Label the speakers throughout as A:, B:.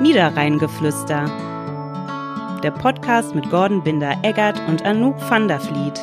A: Niederrheingeflüster. Der Podcast mit Gordon Binder-Eggert und Anouk van der Vliet.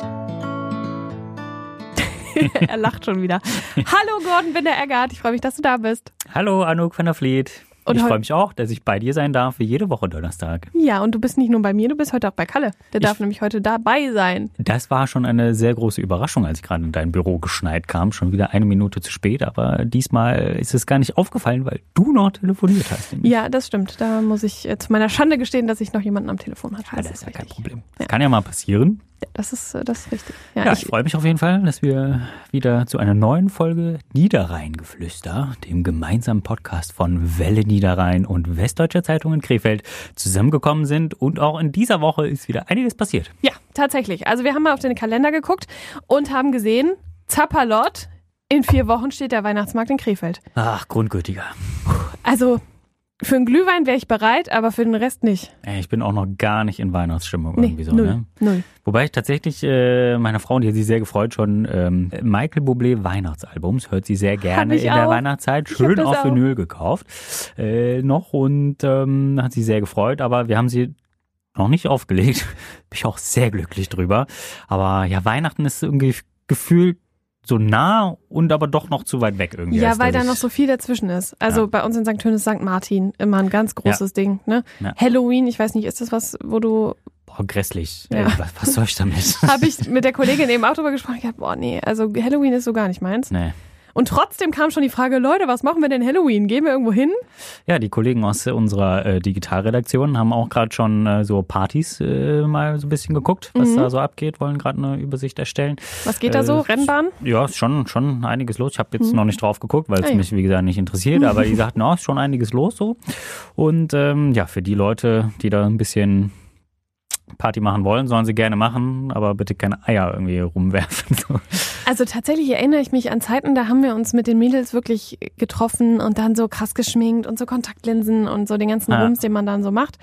B: er lacht schon wieder. Hallo Gordon Binder-Eggert, ich freue mich, dass du da bist.
C: Hallo Anouk van der Vliet.
B: Und
C: ich
B: heu-
C: freue mich auch, dass ich bei dir sein darf, wie jede Woche Donnerstag.
B: Ja, und du bist nicht nur bei mir, du bist heute auch bei Kalle. Der darf nämlich heute dabei sein.
C: Das war schon eine sehr große Überraschung, als ich gerade in dein Büro geschneit kam. Schon wieder eine Minute zu spät, aber diesmal ist es gar nicht aufgefallen, weil du noch telefoniert hast.
B: Ja, das stimmt. Da muss ich äh, zu meiner Schande gestehen, dass ich noch jemanden am Telefon hatte.
C: aber das ist ja kein
B: richtig.
C: Problem. Das kann ja mal passieren.
B: Ja, das ist, äh, das ist richtig. Ja,
C: Ja, ich
B: ich,
C: freue mich auf jeden Fall, dass wir wieder zu einer neuen Folge Niederrheingeflüster, dem gemeinsamen Podcast von Welle Niederrhein und Westdeutscher Zeitung in Krefeld, zusammengekommen sind. Und auch in dieser Woche ist wieder einiges passiert.
B: ja, tatsächlich. Also wir haben mal auf den Kalender geguckt und haben gesehen, Zapperlot, in vier Wochen steht der Weihnachtsmarkt in Krefeld.
C: Ach, grundgültiger.
B: Also für einen Glühwein wäre ich bereit, aber für den Rest nicht.
C: Ey, Ich bin auch noch gar nicht in Weihnachtsstimmung
B: Nee,
C: irgendwie so,
B: null,
C: ne?
B: null.
C: Wobei ich tatsächlich äh, meiner Frau, die hat sich sehr gefreut schon, ähm, Michael Bublé Weihnachtsalbums hört sie sehr gerne
B: ich
C: in der
B: auch.
C: Weihnachtszeit.
B: Ich hab
C: Schön
B: das
C: auf
B: auch.
C: Vinyl gekauft äh, noch und ähm, hat sie sehr gefreut, aber wir haben sie noch nicht aufgelegt. Bin ich auch sehr glücklich drüber. Aber ja, Weihnachten ist irgendwie gefühlt so nah und aber doch noch zu weit weg irgendwie.
B: Ja,
C: als
B: weil
C: dass
B: da noch
C: ich-
B: so viel dazwischen ist. Also
C: Ja.
B: bei uns in St. Tönis St. Martin immer ein ganz großes Ding. Ne?
C: Ja.
B: Halloween, ich weiß nicht, ist das was, wo du.
C: Boah, grässlich.
B: Ja.
C: Ey, was, was soll ich damit?
B: Habe ich mit der Kollegin eben auch drüber gesprochen. Ich hab, boah, nee, also Halloween ist so gar nicht meins.
C: nee.
B: Und trotzdem kam schon die Frage, Leute, was machen wir denn Halloween? Gehen wir irgendwo hin?
C: Ja, die Kollegen aus unserer äh, Digitalredaktion haben auch gerade schon äh, so Partys äh, mal so ein bisschen geguckt, was
B: Mhm.
C: da so abgeht, wollen gerade eine Übersicht erstellen.
B: Was geht da so?
C: Äh,
B: Rennbahn?
C: Ja, ist schon, schon einiges los. Ich habe jetzt noch nicht drauf geguckt, weil
B: Ah,
C: es
B: ja.
C: mich, wie gesagt, nicht interessiert, aber die sagten, oh, ist schon einiges los so. Und ähm, ja, für die Leute, die da ein bisschen Party machen wollen, sollen sie gerne machen, aber bitte keine Eier irgendwie rumwerfen. So.
B: Also tatsächlich erinnere ich mich an Zeiten, da haben wir uns mit den Mädels wirklich getroffen und dann so krass geschminkt und so Kontaktlinsen und so den ganzen
C: Ja.
B: Rums, den man dann so macht.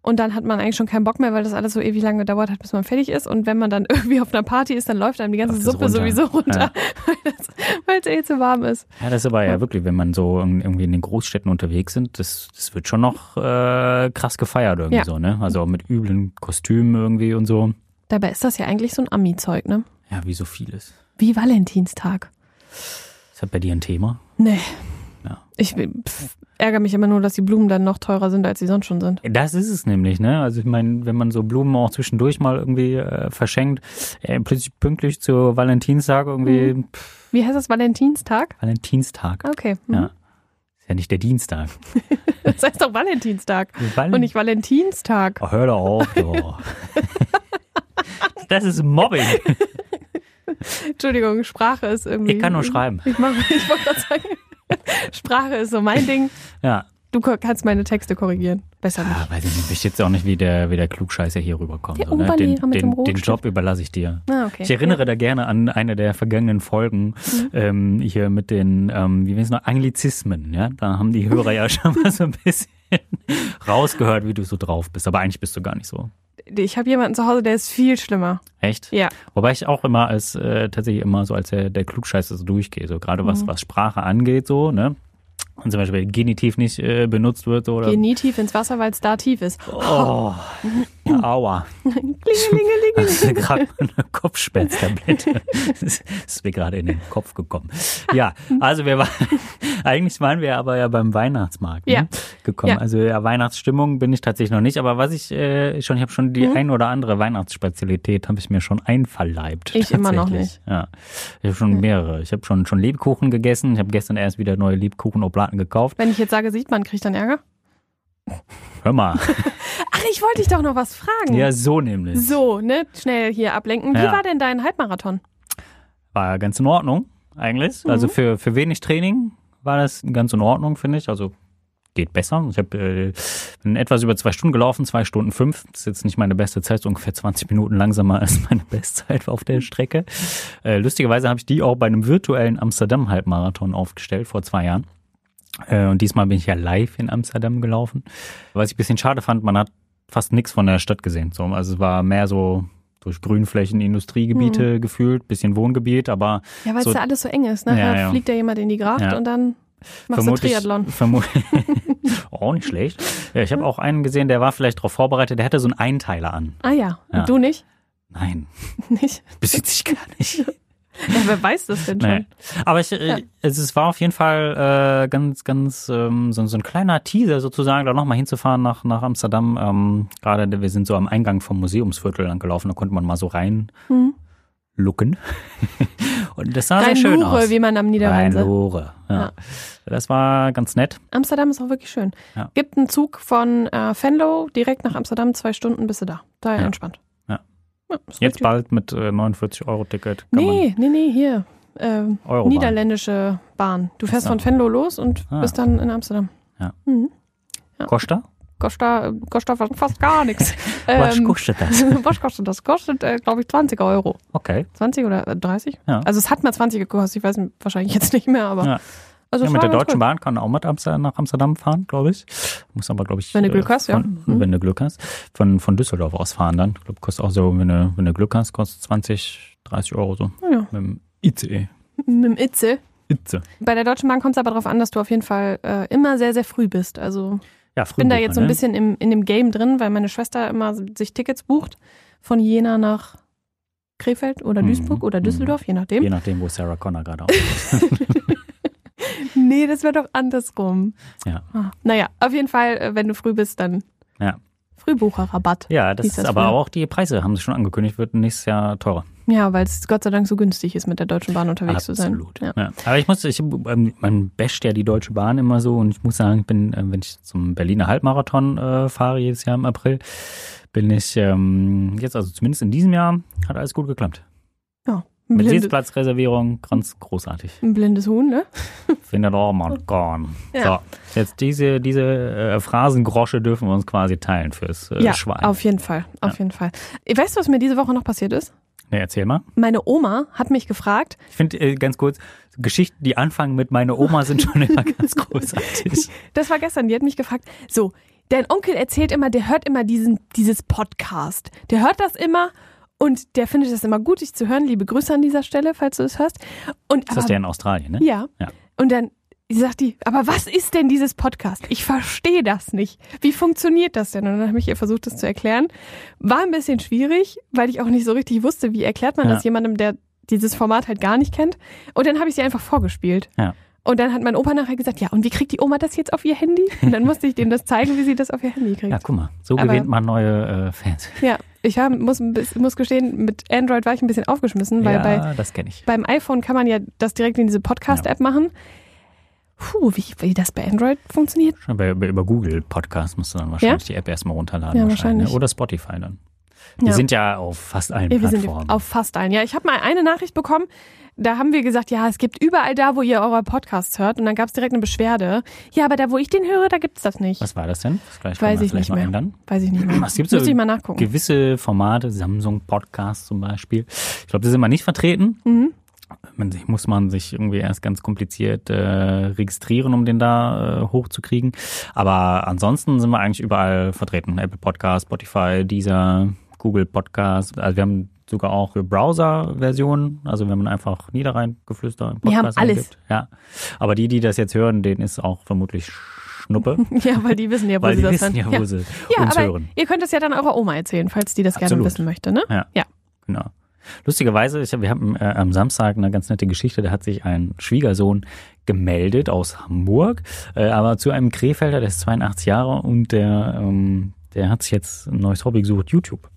B: Und dann hat man eigentlich schon keinen Bock mehr, weil das alles so ewig lang gedauert hat, bis man fertig ist. Und wenn man dann irgendwie auf einer Party ist, dann läuft einem die ganze
C: Läuft das
B: Suppe
C: runter.
B: sowieso runter, weil das- weil es eh zu warm ist.
C: Ja, das ist aber ja wirklich, wenn man so in- irgendwie in den Großstädten unterwegs sind, das, das wird schon noch äh, krass gefeiert irgendwie
B: Ja.
C: so, ne? Also auch mit üblen Kostümen irgendwie und so.
B: Dabei ist das ja eigentlich so ein Ami-Zeug, ne?
C: Ja, wie so vieles.
B: Wie Valentinstag.
C: Ist das bei dir ein Thema?
B: Nee.
C: Ja.
B: Ich pff, ärgere mich immer nur, dass die Blumen dann noch teurer sind, als sie sonst schon sind.
C: Das ist es nämlich, ne? Also ich meine, wenn man so Blumen auch zwischendurch mal irgendwie äh, verschenkt, äh, plötzlich pünktlich zu Valentinstag irgendwie, pff,
B: Wie heißt das? Valentinstag?
C: Valentinstag.
B: Okay. Mhm.
C: Ja. Ist ja nicht der Dienstag.
B: Das heißt doch Valentinstag.
C: Valen-
B: Und nicht Valentinstag.
C: Mm. Oh, hör doch auf, doch. das ist Mobbing.
B: Entschuldigung, Sprache ist irgendwie.
C: Ich kann nur schreiben.
B: Ich, mach, ich wollte gerade sagen, Sprache ist so mein Ding.
C: Ja.
B: Du ko- kannst meine Texte korrigieren. Besser nicht.
C: Ah, weiß ich nicht, ich jetzt auch nicht, wie der, wie der Klugscheißer hier rüberkommt.
B: Der
C: so, ne? Den,
B: Oberlehrer mit dem
C: den, den
B: Rotstift.
C: Job überlasse ich dir.
B: Ah, okay.
C: Ich erinnere da gerne an eine der vergangenen Folgen
B: Mhm.
C: ähm, hier mit den, ähm, wie heißt noch, Anglizismen. Ja? Da haben die Hörer ja schon mal so ein bisschen rausgehört, wie du so drauf bist. Aber eigentlich bist du gar nicht so.
B: Ich habe jemanden zu Hause, der ist viel schlimmer.
C: Echt?
B: Ja.
C: Wobei ich auch immer als äh, tatsächlich immer so als der, der Klugscheißer so durchgehe, so gerade
B: Mhm.
C: was, was Sprache angeht, so, ne? Und zum Beispiel Genitiv nicht äh, benutzt wird so, oder.
B: Geh nie tief ins Wasser, weil es da tief ist.
C: oh, aua.
B: Klingelingeling.
C: Das ist gerade eine Kopfschmerztablette. Das ist mir gerade in den Kopf gekommen. Ja, also wir waren, eigentlich waren wir aber ja beim Weihnachtsmarkt ne,
B: Ja.
C: gekommen.
B: Ja.
C: Also ja, Weihnachtsstimmung bin ich tatsächlich noch nicht, aber was ich äh, schon, ich habe schon
B: Mhm.
C: die ein oder andere Weihnachtsspezialität habe ich mir schon einverleibt.
B: Ich immer noch Mhm.
C: tatsächlich. Ja, ich habe schon mehrere. Ich habe schon schon Lebkuchen gegessen. Ich habe gestern erst wieder neue Lebkuchenoblaten gekauft.
B: Wenn ich jetzt sage, sieht man, kriege ich dann Ärger.
C: Hör mal,
B: Ach, ich wollte dich doch noch was fragen.
C: ja so nämlich.
B: So, ne? Schnell hier ablenken. Wie
C: Ja.
B: war denn dein Halbmarathon?
C: war ganz in Ordnung eigentlich. Also für, für wenig Training war das ganz in Ordnung, finde ich. Also geht besser. Ich hab, äh, bin etwas über zwei Stunden gelaufen, zwei Stunden fünf. Das ist jetzt nicht meine beste Zeit, so ungefähr 20 Minuten langsamer als meine Bestzeit auf der Strecke. Äh, lustigerweise habe ich die auch bei einem virtuellen Amsterdam-Halbmarathon aufgestellt vor zwei Jahren. Äh, und diesmal bin ich ja live in Amsterdam gelaufen. Was ich ein bisschen schade fand, man hat fast nichts von der Stadt gesehen. So, also es war mehr so durch Grünflächen,
B: Hm.
C: Industriegebiete gefühlt, bisschen Wohngebiet, aber
B: Ja, weil es
C: So-
B: da alles so eng ist. Nachher
C: Ja, ja.
B: fliegt ja jemand in die Gracht
C: Ja.
B: und dann machst du Triathlon.
C: Vermutlich. oh, auch nicht schlecht. Ja, Ich habe auch einen gesehen, der war vielleicht darauf vorbereitet, der hatte so einen Einteiler an.
B: Ah ja. Und
C: Ja.
B: du nicht?
C: Nein,
B: Nicht?
C: besitze ich gar nicht.
B: Ja, wer weiß das denn schon?
C: Nee. Aber ich, äh, es, es war auf jeden Fall äh, ganz, ganz ähm, so, so ein kleiner Teaser sozusagen, da nochmal hinzufahren nach, nach Amsterdam. Ähm, Gerade wir sind so am Eingang vom Museumsviertel lang gelaufen, da konnte man mal so rein lucken. Und das sah
B: Hm. Rein
C: sehr schön
B: Lure,
C: aus.
B: wie man am
C: Rein
B: Niederrhein sagt.
C: Lure. Ja.
B: Ja.
C: Das war ganz nett.
B: Amsterdam ist auch wirklich schön.
C: Ja.
B: Gibt einen Zug von äh, Venlo direkt nach Amsterdam, zwei Stunden bist du da. Daher
C: Ja.
B: entspannt.
C: Ja.
B: ist
C: Jetzt
B: richtig.
C: bald mit äh, 49 Euro Ticket kann
B: Nee, nee, nee, hier. Ähm,
C: man Euro
B: niederländische Bahn. Du fährst
C: Oh, Ach so.
B: von Venlo los und
C: Ah.
B: bist dann in Amsterdam.
C: Ja.
B: Mhm.
C: Costa?
B: Kostet, kostet fast gar nichts. Ähm,
C: Was kostet das?
B: Was kostet das? Kostet, äh, glaube ich, 20 Euro.
C: Okay.
B: 20 oder äh, 30?
C: Ja.
B: Also es hat mal 20 gekostet, ich weiß wahrscheinlich jetzt nicht mehr, aber
C: Ja.
B: also
C: ja,
B: es
C: mit
B: war
C: der
B: ganz
C: Deutschen
B: cool.
C: Bahn kann man auch mit Amsterdam, nach Amsterdam fahren, glaube ich. Muss aber, glaube ich.
B: Wenn du
C: äh,
B: Glück hast, ja. Mhm.
C: von, Wenn du Glück hast. Von, von Düsseldorf aus fahren dann. Ich glaube, kostet auch so, wenn du, wenn du Glück hast, kostet 20, 30 Euro so.
B: Ja.
C: Mit dem ICE.
B: Mit dem Itze.
C: Itze.
B: Bei der Deutschen Bahn kommt es aber darauf an, dass du auf jeden Fall äh, immer sehr, sehr früh bist. Also
C: Ja,
B: ich bin da
C: Frühbucher,
B: jetzt so ein
C: ne?
B: bisschen im, in dem Game drin, weil meine Schwester immer sich Tickets bucht von Jena nach Krefeld oder
C: Mhm.
B: Duisburg oder
C: Mhm.
B: Düsseldorf, je nachdem.
C: Je nachdem, wo Sarah Connor gerade auf ist.
B: Nee, das wäre doch andersrum.
C: Ja.
B: Ah, naja, auf jeden Fall, äh, wenn du früh bist, dann
C: Ja.
B: Frühbucherrabatt.
C: Ja, das
B: Hieß
C: ist
B: das
C: aber
B: früher?
C: auch die Preise, haben sie schon angekündigt, wird nächstes Jahr teurer.
B: Ja, weil es Gott sei Dank so günstig ist, mit der Deutschen Bahn unterwegs
C: Absolut.
B: zu sein. Ja.
C: Ja. Aber ich muss, ich, ähm, man basht ja die Deutsche Bahn immer so und ich muss sagen, ich bin, äh, wenn ich zum Berliner Halbmarathon äh, fahre jedes Jahr im April, bin ich ähm, jetzt, also zumindest in diesem Jahr, hat alles gut geklappt.
B: Ein,
C: Mit
B: blindes,
C: Sitzplatzreservierung, ganz großartig.
B: ein blindes Huhn, ne?
C: Findet auch mal gone.
B: Ja.
C: So, jetzt diese, diese äh, Phrasengrosche dürfen wir uns quasi teilen fürs äh,
B: ja,
C: Schwein.
B: auf jeden Fall. Auf jeden Fall. Äh, Weißt du, was mir diese Woche noch passiert ist?
C: nee, erzähl mal.
B: Meine Oma hat mich gefragt,
C: Ich finde äh, ganz kurz, Geschichten, die anfangen mit meiner Oma, sind schon immer ganz großartig.
B: das war gestern, die hat mich gefragt, so, dein Onkel erzählt immer, der hört immer diesen, dieses Podcast. Der hört das immer und der findet das immer gut, dich zu hören. Liebe Grüße an dieser Stelle, falls du es hörst. Und
C: Ist das
B: aber
C: der in Australien, ne?
B: Ja.
C: Ja.
B: Und dann sagt die, aber was ist denn dieses Podcast? Ich verstehe das nicht. Wie funktioniert das denn? Und dann habe ich ihr versucht, das zu erklären. War ein bisschen schwierig, weil ich auch nicht so richtig wusste, wie erklärt man
C: Ja.
B: das jemandem, der dieses Format halt gar nicht kennt. Und dann habe ich sie einfach vorgespielt.
C: Ja.
B: Und dann hat mein Opa nachher gesagt, ja, und wie kriegt die Oma das jetzt auf ihr Handy? Und dann musste ich dem das zeigen, wie sie das auf ihr Handy kriegt.
C: Ja, guck mal, so
B: Aber-
C: gewinnt man neue äh, Fans.
B: Ja, ich hab, muss, ein bisschen- muss gestehen, mit Android war ich ein bisschen aufgeschmissen, weil
C: ja,
B: bei
C: das kenne ich.
B: beim iPhone kann man ja das direkt in diese Podcast-App machen. Puh, wie, wie das bei Android funktioniert.
C: Schon bei, bei, über Google Podcast musst du dann wahrscheinlich die App erstmal runterladen.
B: Ja,
C: wahrscheinlich.
B: wahrscheinlich.
C: ne? Oder Spotify dann. Die
B: Ja.
C: sind ja auf fast allen
B: Ja, wir sind
C: Plattformen.
B: auf fast allen. Ja, ich habe mal eine Nachricht bekommen, da haben wir gesagt, ja, es gibt überall da, wo ihr eure Podcasts hört. Und dann gab es direkt eine Beschwerde. Ja, aber da, wo ich den höre, da gibt's das nicht.
C: Was war das denn? Das gleich können
B: Weiß
C: wir
B: ich
C: vielleicht
B: nicht
C: mal
B: mehr.
C: ändern.
B: Weiß ich nicht mehr.
C: Es gibt so
B: Müsste ich mal nachgucken.
C: Mhm. Gewisse Formate, Samsung Podcast zum Beispiel. Ich glaube, die sind mal nicht vertreten.
B: Mhm.
C: Man, sich- muss man sich irgendwie erst ganz kompliziert äh, registrieren, um den da äh, hochzukriegen. Aber ansonsten sind wir eigentlich überall vertreten. Apple Podcast, Spotify, Deezer, Google Podcast. Also wir haben sogar auch Browser-Versionen. Also wenn man einfach Niederrhein-Geflüster im
B: Wir haben
C: Podcast
B: alles.
C: eingibt. Ja. Aber die, die das jetzt hören, denen ist auch vermutlich Schnuppe.
B: Ja, weil die wissen ja, wo
C: Weil
B: sie
C: die
B: das
C: wissen ja,
B: hören.
C: wo
B: ja.
C: sie
B: ja,
C: uns
B: aber
C: hören.
B: ihr könnt es ja dann eurer Oma erzählen, falls die das gerne
C: Absolut.
B: wissen möchte, ne?
C: Ja.
B: Ja.
C: Genau. Lustigerweise, ich hab, wir haben äh, am Samstag eine ganz nette Geschichte, da hat sich ein Schwiegersohn gemeldet aus Hamburg, äh, aber zu einem Krefelder, der ist 82 Jahre und der, ähm, der hat sich jetzt ein neues Hobby gesucht, YouTube.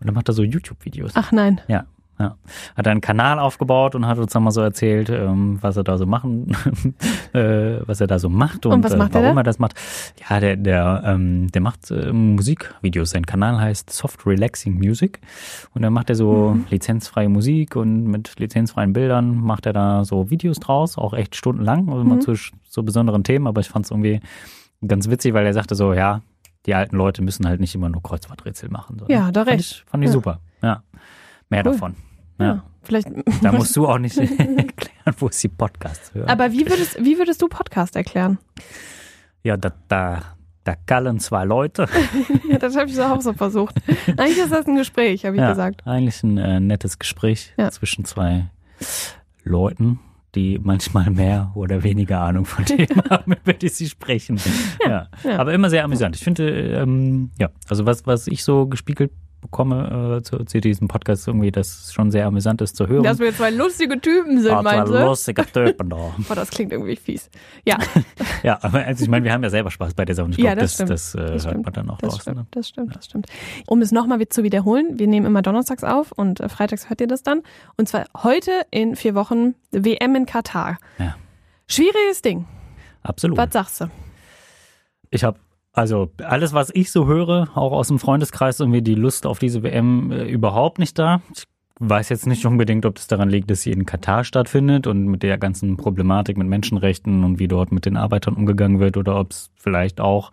C: Und dann macht er so YouTube-Videos.
B: Ach nein.
C: Ja, ja. Hat einen Kanal aufgebaut und hat uns dann mal so erzählt, ähm, was er da so machen, äh, was er da so macht und,
B: Und was macht
C: äh,
B: er
C: warum
B: da?
C: er das macht. Ja, der, der, ähm, der macht äh, Musikvideos. Sein Kanal heißt Soft Relaxing Music. Und dann macht er so
B: Mhm.
C: lizenzfreie Musik und mit lizenzfreien Bildern macht er da so Videos draus, auch echt stundenlang, also
B: Mhm.
C: immer zu so besonderen Themen, aber ich fand es irgendwie ganz witzig, weil er sagte so, ja, die alten Leute müssen halt nicht immer nur Kreuzworträtsel machen. So, ne?
B: Ja, da
C: Fand
B: recht.
C: ich, fand ich
B: Ja.
C: super. Ja. Mehr
B: Cool.
C: davon.
B: Ja.
C: Ja.
B: Vielleicht.
C: Da musst du auch nicht erklären, wo es die Podcasts hören.
B: Aber wie würdest, wie würdest du Podcast erklären?
C: ja, da, da, da kallen zwei Leute.
B: Ja, das habe ich so auch so versucht. Eigentlich ist das ein Gespräch, habe ich
C: ja,
B: gesagt.
C: Eigentlich ein äh, nettes Gespräch
B: Ja.
C: zwischen zwei Leuten, die manchmal mehr oder weniger Ahnung von Themen haben, über die sie sprechen. Ja,
B: ja.
C: Aber immer sehr amüsant. Ich finde, äh, ähm, ja, also was, was ich so gespiegelt bekomme äh, zu, zu diesem Podcast irgendwie, dass es schon sehr amüsant ist zu hören.
B: Dass wir zwei lustige Typen sind,
C: Ah, zwei
B: meinst ne? du?
C: lustige Typen da.
B: Boah, das klingt irgendwie fies. Ja,
C: Ja, aber also ich meine, wir haben ja selber Spaß bei der Sache. Und ich
B: Ja,
C: glaube,
B: das
C: das, das, äh,
B: Das
C: hört
B: stimmt.
C: man dann auch
B: das
C: draußen. Ne?
B: stimmt, das stimmt, das stimmt. Um es nochmal zu wiederholen, wir nehmen immer donnerstags auf und äh, freitags hört ihr das dann. Und zwar heute in vier Wochen WM in Katar.
C: Ja.
B: Schwieriges Ding.
C: Absolut.
B: Was sagst du?
C: Ich habe also alles, was ich so höre, auch aus dem Freundeskreis, irgendwie die Lust auf diese WM äh, überhaupt nicht da. Ich weiß jetzt nicht unbedingt, ob das daran liegt, dass sie in Katar stattfindet und mit der ganzen Problematik mit Menschenrechten und wie dort mit den Arbeitern umgegangen wird oder ob es vielleicht auch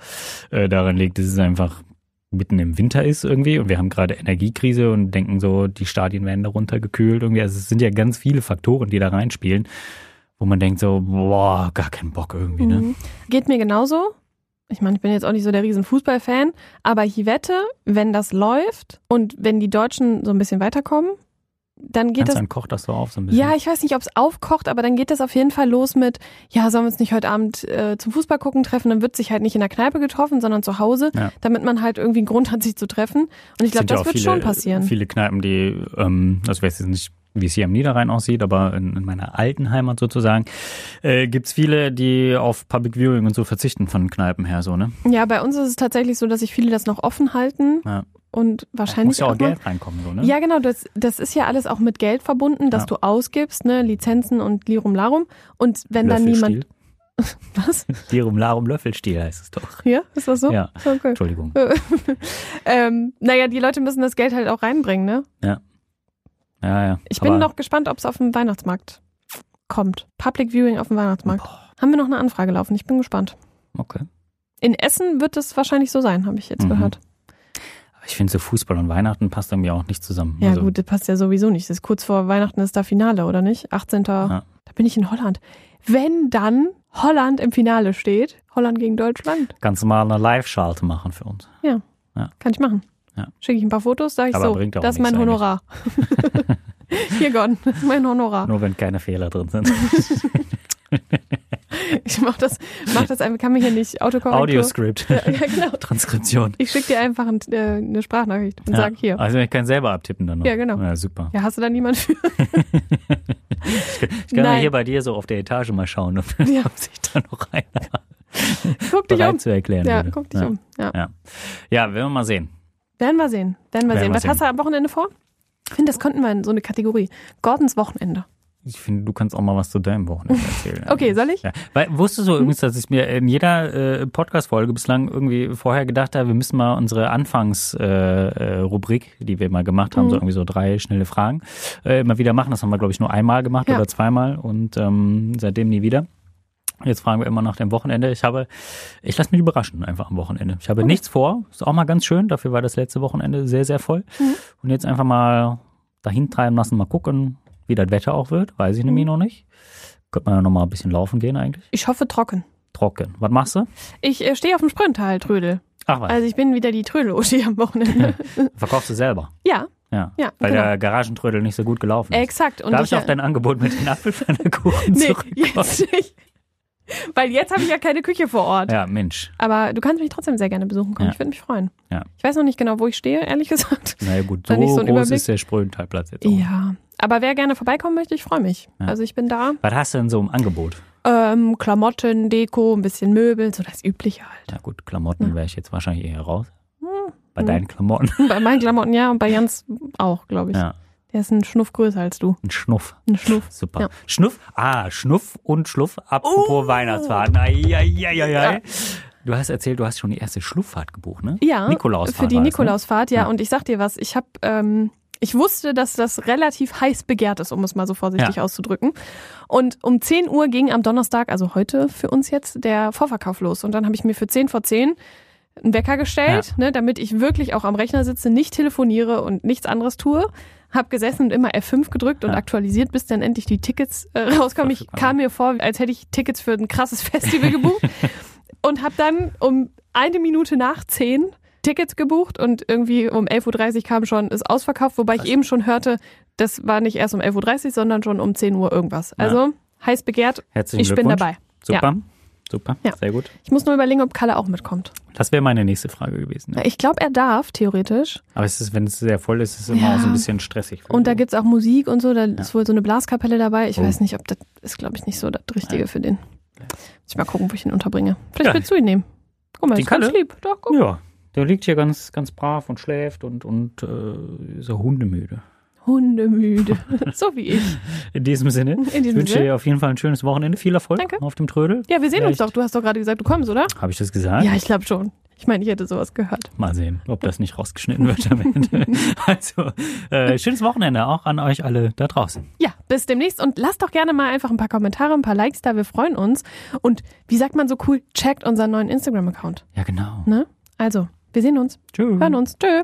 C: äh, daran liegt, dass es einfach mitten im Winter ist irgendwie und wir haben gerade Energiekrise und denken so, die Stadien werden darunter gekühlt irgendwie. Also es sind ja ganz viele Faktoren, die da reinspielen, wo man denkt so, boah, gar keinen Bock irgendwie, ne?
B: Mhm. Geht mir genauso. Ich meine, ich bin jetzt auch nicht so der riesen Fußballfan, aber ich wette, wenn das läuft und wenn die Deutschen so ein bisschen weiterkommen, dann geht
C: Geht
B: das
C: dann kocht das so auf so ein bisschen.
B: Ja, ich weiß nicht, ob es aufkocht, aber dann geht das auf jeden Fall los mit, ja, sollen wir uns nicht heute Abend äh, zum Fußball gucken treffen, dann wird sich halt nicht in der Kneipe getroffen, sondern zu Hause,
C: Ja.
B: damit man halt irgendwie einen Grund hat, sich zu treffen. Und ich glaube,
C: Sind ja
B: das
C: auch
B: wird
C: viele, äh,
B: schon passieren.
C: Viele Kneipen, die, ähm, also ich weiß jetzt nicht, wie es hier im Niederrhein aussieht, aber in, in meiner alten Heimat sozusagen, äh, gibt's viele, die auf Public Viewing und so verzichten von Kneipen her, so, ne?
B: Ja, bei uns ist es tatsächlich so, dass sich viele das noch offen halten
C: Ja.
B: und wahrscheinlich
C: Muss ja auch
B: mal-
C: Geld reinkommen, so, ne?
B: Ja, genau, das, das ist ja alles auch mit Geld verbunden, dass
C: Ja.
B: du ausgibst, ne, Lizenzen und Lirum Larum. Und wenn dann niemand.
C: Löffelstiel.
B: Was?
C: Lirum Larum Löffelstiel heißt es doch.
B: Ja, ist das so?
C: Ja,
B: Okay.
C: Entschuldigung.
B: ähm, naja, die Leute müssen das Geld halt auch reinbringen, ne?
C: Ja, ja.
B: Ich
C: Aber-
B: bin noch gespannt, ob es auf dem Weihnachtsmarkt kommt. Public Viewing auf dem Weihnachtsmarkt. Haben wir noch eine Anfrage laufen? Ich bin gespannt.
C: Okay.
B: In Essen wird es wahrscheinlich so sein, habe ich jetzt
C: Mhm.
B: gehört.
C: Aber ich finde so Fußball und Weihnachten passt irgendwie auch nicht zusammen.
B: Ja,
C: also,
B: gut, das passt ja sowieso nicht. Das ist kurz vor Weihnachten ist da Finale, oder nicht? 18.
C: Ja.
B: Da bin ich in Holland. Wenn dann Holland im Finale steht, Holland gegen Deutschland,
C: Kannst du mal eine Live-Schalte machen für uns.
B: kann ich machen.
C: Ja.
B: Schicke ich ein paar Fotos, sage ich
C: Aber
B: so,
C: bringt auch
B: das ist
C: nichts
B: mein Honorar. Hier, Gordon, das ist mein Honorar.
C: Nur wenn keine Fehler drin sind.
B: Ich mach das, mach das einfach, kann mir hier nicht Autokorrektur.
C: Audioscript.
B: Ja, ja, genau.
C: Transkription.
B: Ich schicke dir einfach ein, äh, eine Sprachnachricht und
C: Ja.
B: sag hier.
C: Also ich kann selber abtippen dann noch.
B: Ja, genau.
C: Ja, super.
B: Ja, hast du da niemanden für?
C: Ich kann ja
B: Nein.
C: hier bei dir so auf der Etage mal schauen, ob,
B: Ja.
C: ob sich da noch einer
B: Guck dich
C: bereit
B: um.
C: zu erklären
B: Ja,
C: würde.
B: guck dich
C: ja.
B: um. Ja.
C: Ja, werden wir mal sehen.
B: Werden wir sehen. Werden wir
C: Werden
B: sehen.
C: wir
B: Was
C: sehen.
B: hast du am Wochenende vor? Ich finde, das könnten wir in so eine Kategorie. Gordons Wochenende.
C: Ich finde, du kannst auch mal was zu deinem Wochenende erzählen.
B: Okay, soll ich?
C: Ja. Weil, wusstest du übrigens, dass ich mir in jeder äh, Podcast-Folge bislang irgendwie vorher gedacht habe, wir müssen mal unsere Anfangs-Rubrik, äh, Rubrik, die wir mal gemacht haben, so irgendwie so drei schnelle Fragen, äh, immer wieder machen. Das haben wir, glaube ich, nur einmal gemacht
B: Ja.
C: oder zweimal und ähm, seitdem nie wieder. Jetzt fragen wir immer nach dem Wochenende. Ich habe, ich lasse mich überraschen einfach am Wochenende. Ich habe nichts vor. Ist auch mal ganz schön. Dafür war das letzte Wochenende sehr, sehr voll. Und jetzt einfach mal dahin treiben lassen, mal gucken, wie das Wetter auch wird. Weiß ich nämlich noch nicht. Könnte man ja noch mal ein bisschen laufen gehen eigentlich.
B: Ich hoffe trocken.
C: Trocken. Was machst du?
B: Ich äh, stehe auf dem Sprint halt, Trödel.
C: Ach was,
B: Also ich bin wieder die Trödel-Oschi am Wochenende.
C: verkaufst du selber.
B: ja,
C: Ja.
B: Ja,
C: Weil
B: genau.
C: der Garagentrödel nicht so gut gelaufen ist.
B: exakt. Und
C: Darf ich
B: ja-
C: auf dein Angebot mit den Apfelpfannekuchen
B: Nee,
C: zurückkommen?
B: jetzt nicht. Weil jetzt habe ich ja keine Küche vor Ort.
C: Ja, Mensch.
B: Aber du kannst mich trotzdem sehr gerne besuchen kommen.
C: Ja.
B: Ich würde mich freuen.
C: Ja.
B: Ich weiß noch nicht genau, wo ich stehe, ehrlich gesagt.
C: Na ja, gut, so,
B: War nicht so ein
C: groß
B: Überblick.
C: ist der Sprödentalplatz jetzt auch.
B: Ja. Aber wer gerne vorbeikommen möchte, ich freue mich.
C: Ja.
B: Also ich bin da.
C: Was hast du denn so im Angebot?
B: Ähm, Klamotten, Deko, ein bisschen Möbel, so das Übliche halt.
C: Na gut, Klamotten wäre ich jetzt wahrscheinlich eher raus. Bei
B: hm.
C: deinen Klamotten.
B: Bei meinen Klamotten ja und bei Jans auch, glaube ich.
C: Ja.
B: Der ist ein Schnuff größer als du.
C: Ein Schnuff.
B: Ein Schnuff.
C: Super.
B: Ja. Oh!
C: Schnuff? Ah, Schnuff und Schluff. Apropos Weihnachtsfahrten. Eieieiei.
B: Ja.
C: Du hast erzählt, du hast schon die erste Schlufffahrt gebucht, ne?
B: Ja,
C: Nikolausfahrt ne?
B: für die
C: war das,
B: Nikolausfahrt, ja.
C: Ja.
B: Und ich sag dir was, ich habe, ähm, ich wusste, dass das relativ heiß begehrt ist, um es mal so vorsichtig
C: Ja.
B: auszudrücken. Und um 10 Uhr ging am Donnerstag, also heute für uns jetzt, der Vorverkauf los. Und dann habe ich mir für 10 vor 10 einen Wecker gestellt, ne, damit ich wirklich auch am Rechner sitze, nicht telefoniere und nichts anderes tue. Hab gesessen und immer F5 gedrückt und
C: Ja.
B: aktualisiert, bis dann endlich die Tickets äh, rauskommen. Ich
C: Verfügbar.
B: kam mir vor, als hätte ich Tickets für ein krasses Festival gebucht und habe dann um eine Minute nach 10 Tickets gebucht und irgendwie um 11.30 Uhr kam schon, ist ausverkauft, wobei ich eben schon hörte, das war nicht erst um 11.30 Uhr, sondern schon um 10 Uhr irgendwas. Also heiß begehrt.
C: Herzlichen
B: Ich bin
C: Glückwunsch.
B: dabei.
C: Super. Super.
B: Ja.
C: Sehr gut.
B: Ich muss nur überlegen, ob Kalle auch mitkommt.
C: Das wäre meine nächste Frage gewesen. Ja.
B: Na, Ich glaube, er darf, theoretisch.
C: Aber es ist, wenn es sehr voll ist, ist es immer
B: Ja.
C: auch so ein bisschen stressig. für
B: Und da
C: die.
B: gibt es auch Musik und so. Da ist wohl so eine Blaskapelle dabei. Ich
C: Genau. Oh.
B: weiß nicht, ob das ist, glaube ich, nicht so das Richtige für den. Muss ich mal gucken, wo ich ihn unterbringe. Vielleicht
C: Ja.
B: willst du ihn nehmen. Guck mal,
C: Den
B: ist ganz
C: Kalle?
B: lieb. Doch, guck.
C: Ja, der liegt hier ganz, ganz brav und schläft und, und äh, ist auch hundemüde.
B: Hundemüde. so wie ich.
C: In diesem Sinne,
B: In
C: ich
B: diesem
C: wünsche
B: Sinne.
C: dir auf jeden Fall ein schönes Wochenende. Viel Erfolg
B: Danke.
C: auf dem Trödel.
B: Ja, wir sehen uns
C: Vielleicht-
B: doch. Du hast doch gerade gesagt, du kommst, oder?
C: Habe ich das gesagt?
B: Ja, ich glaube schon. Ich meine, ich hätte sowas gehört.
C: Mal sehen, ob das nicht rausgeschnitten wird am Ende. Also, äh, schönes Wochenende auch an euch alle da draußen.
B: Ja, bis demnächst und lasst doch gerne mal einfach ein paar Kommentare, ein paar Likes da. Wir freuen uns. Und wie sagt man so cool, checkt unseren neuen Instagram-Account.
C: Ja, genau.
B: Ne? Also, wir sehen uns,
C: Tschüss.
B: hören uns. Tschö.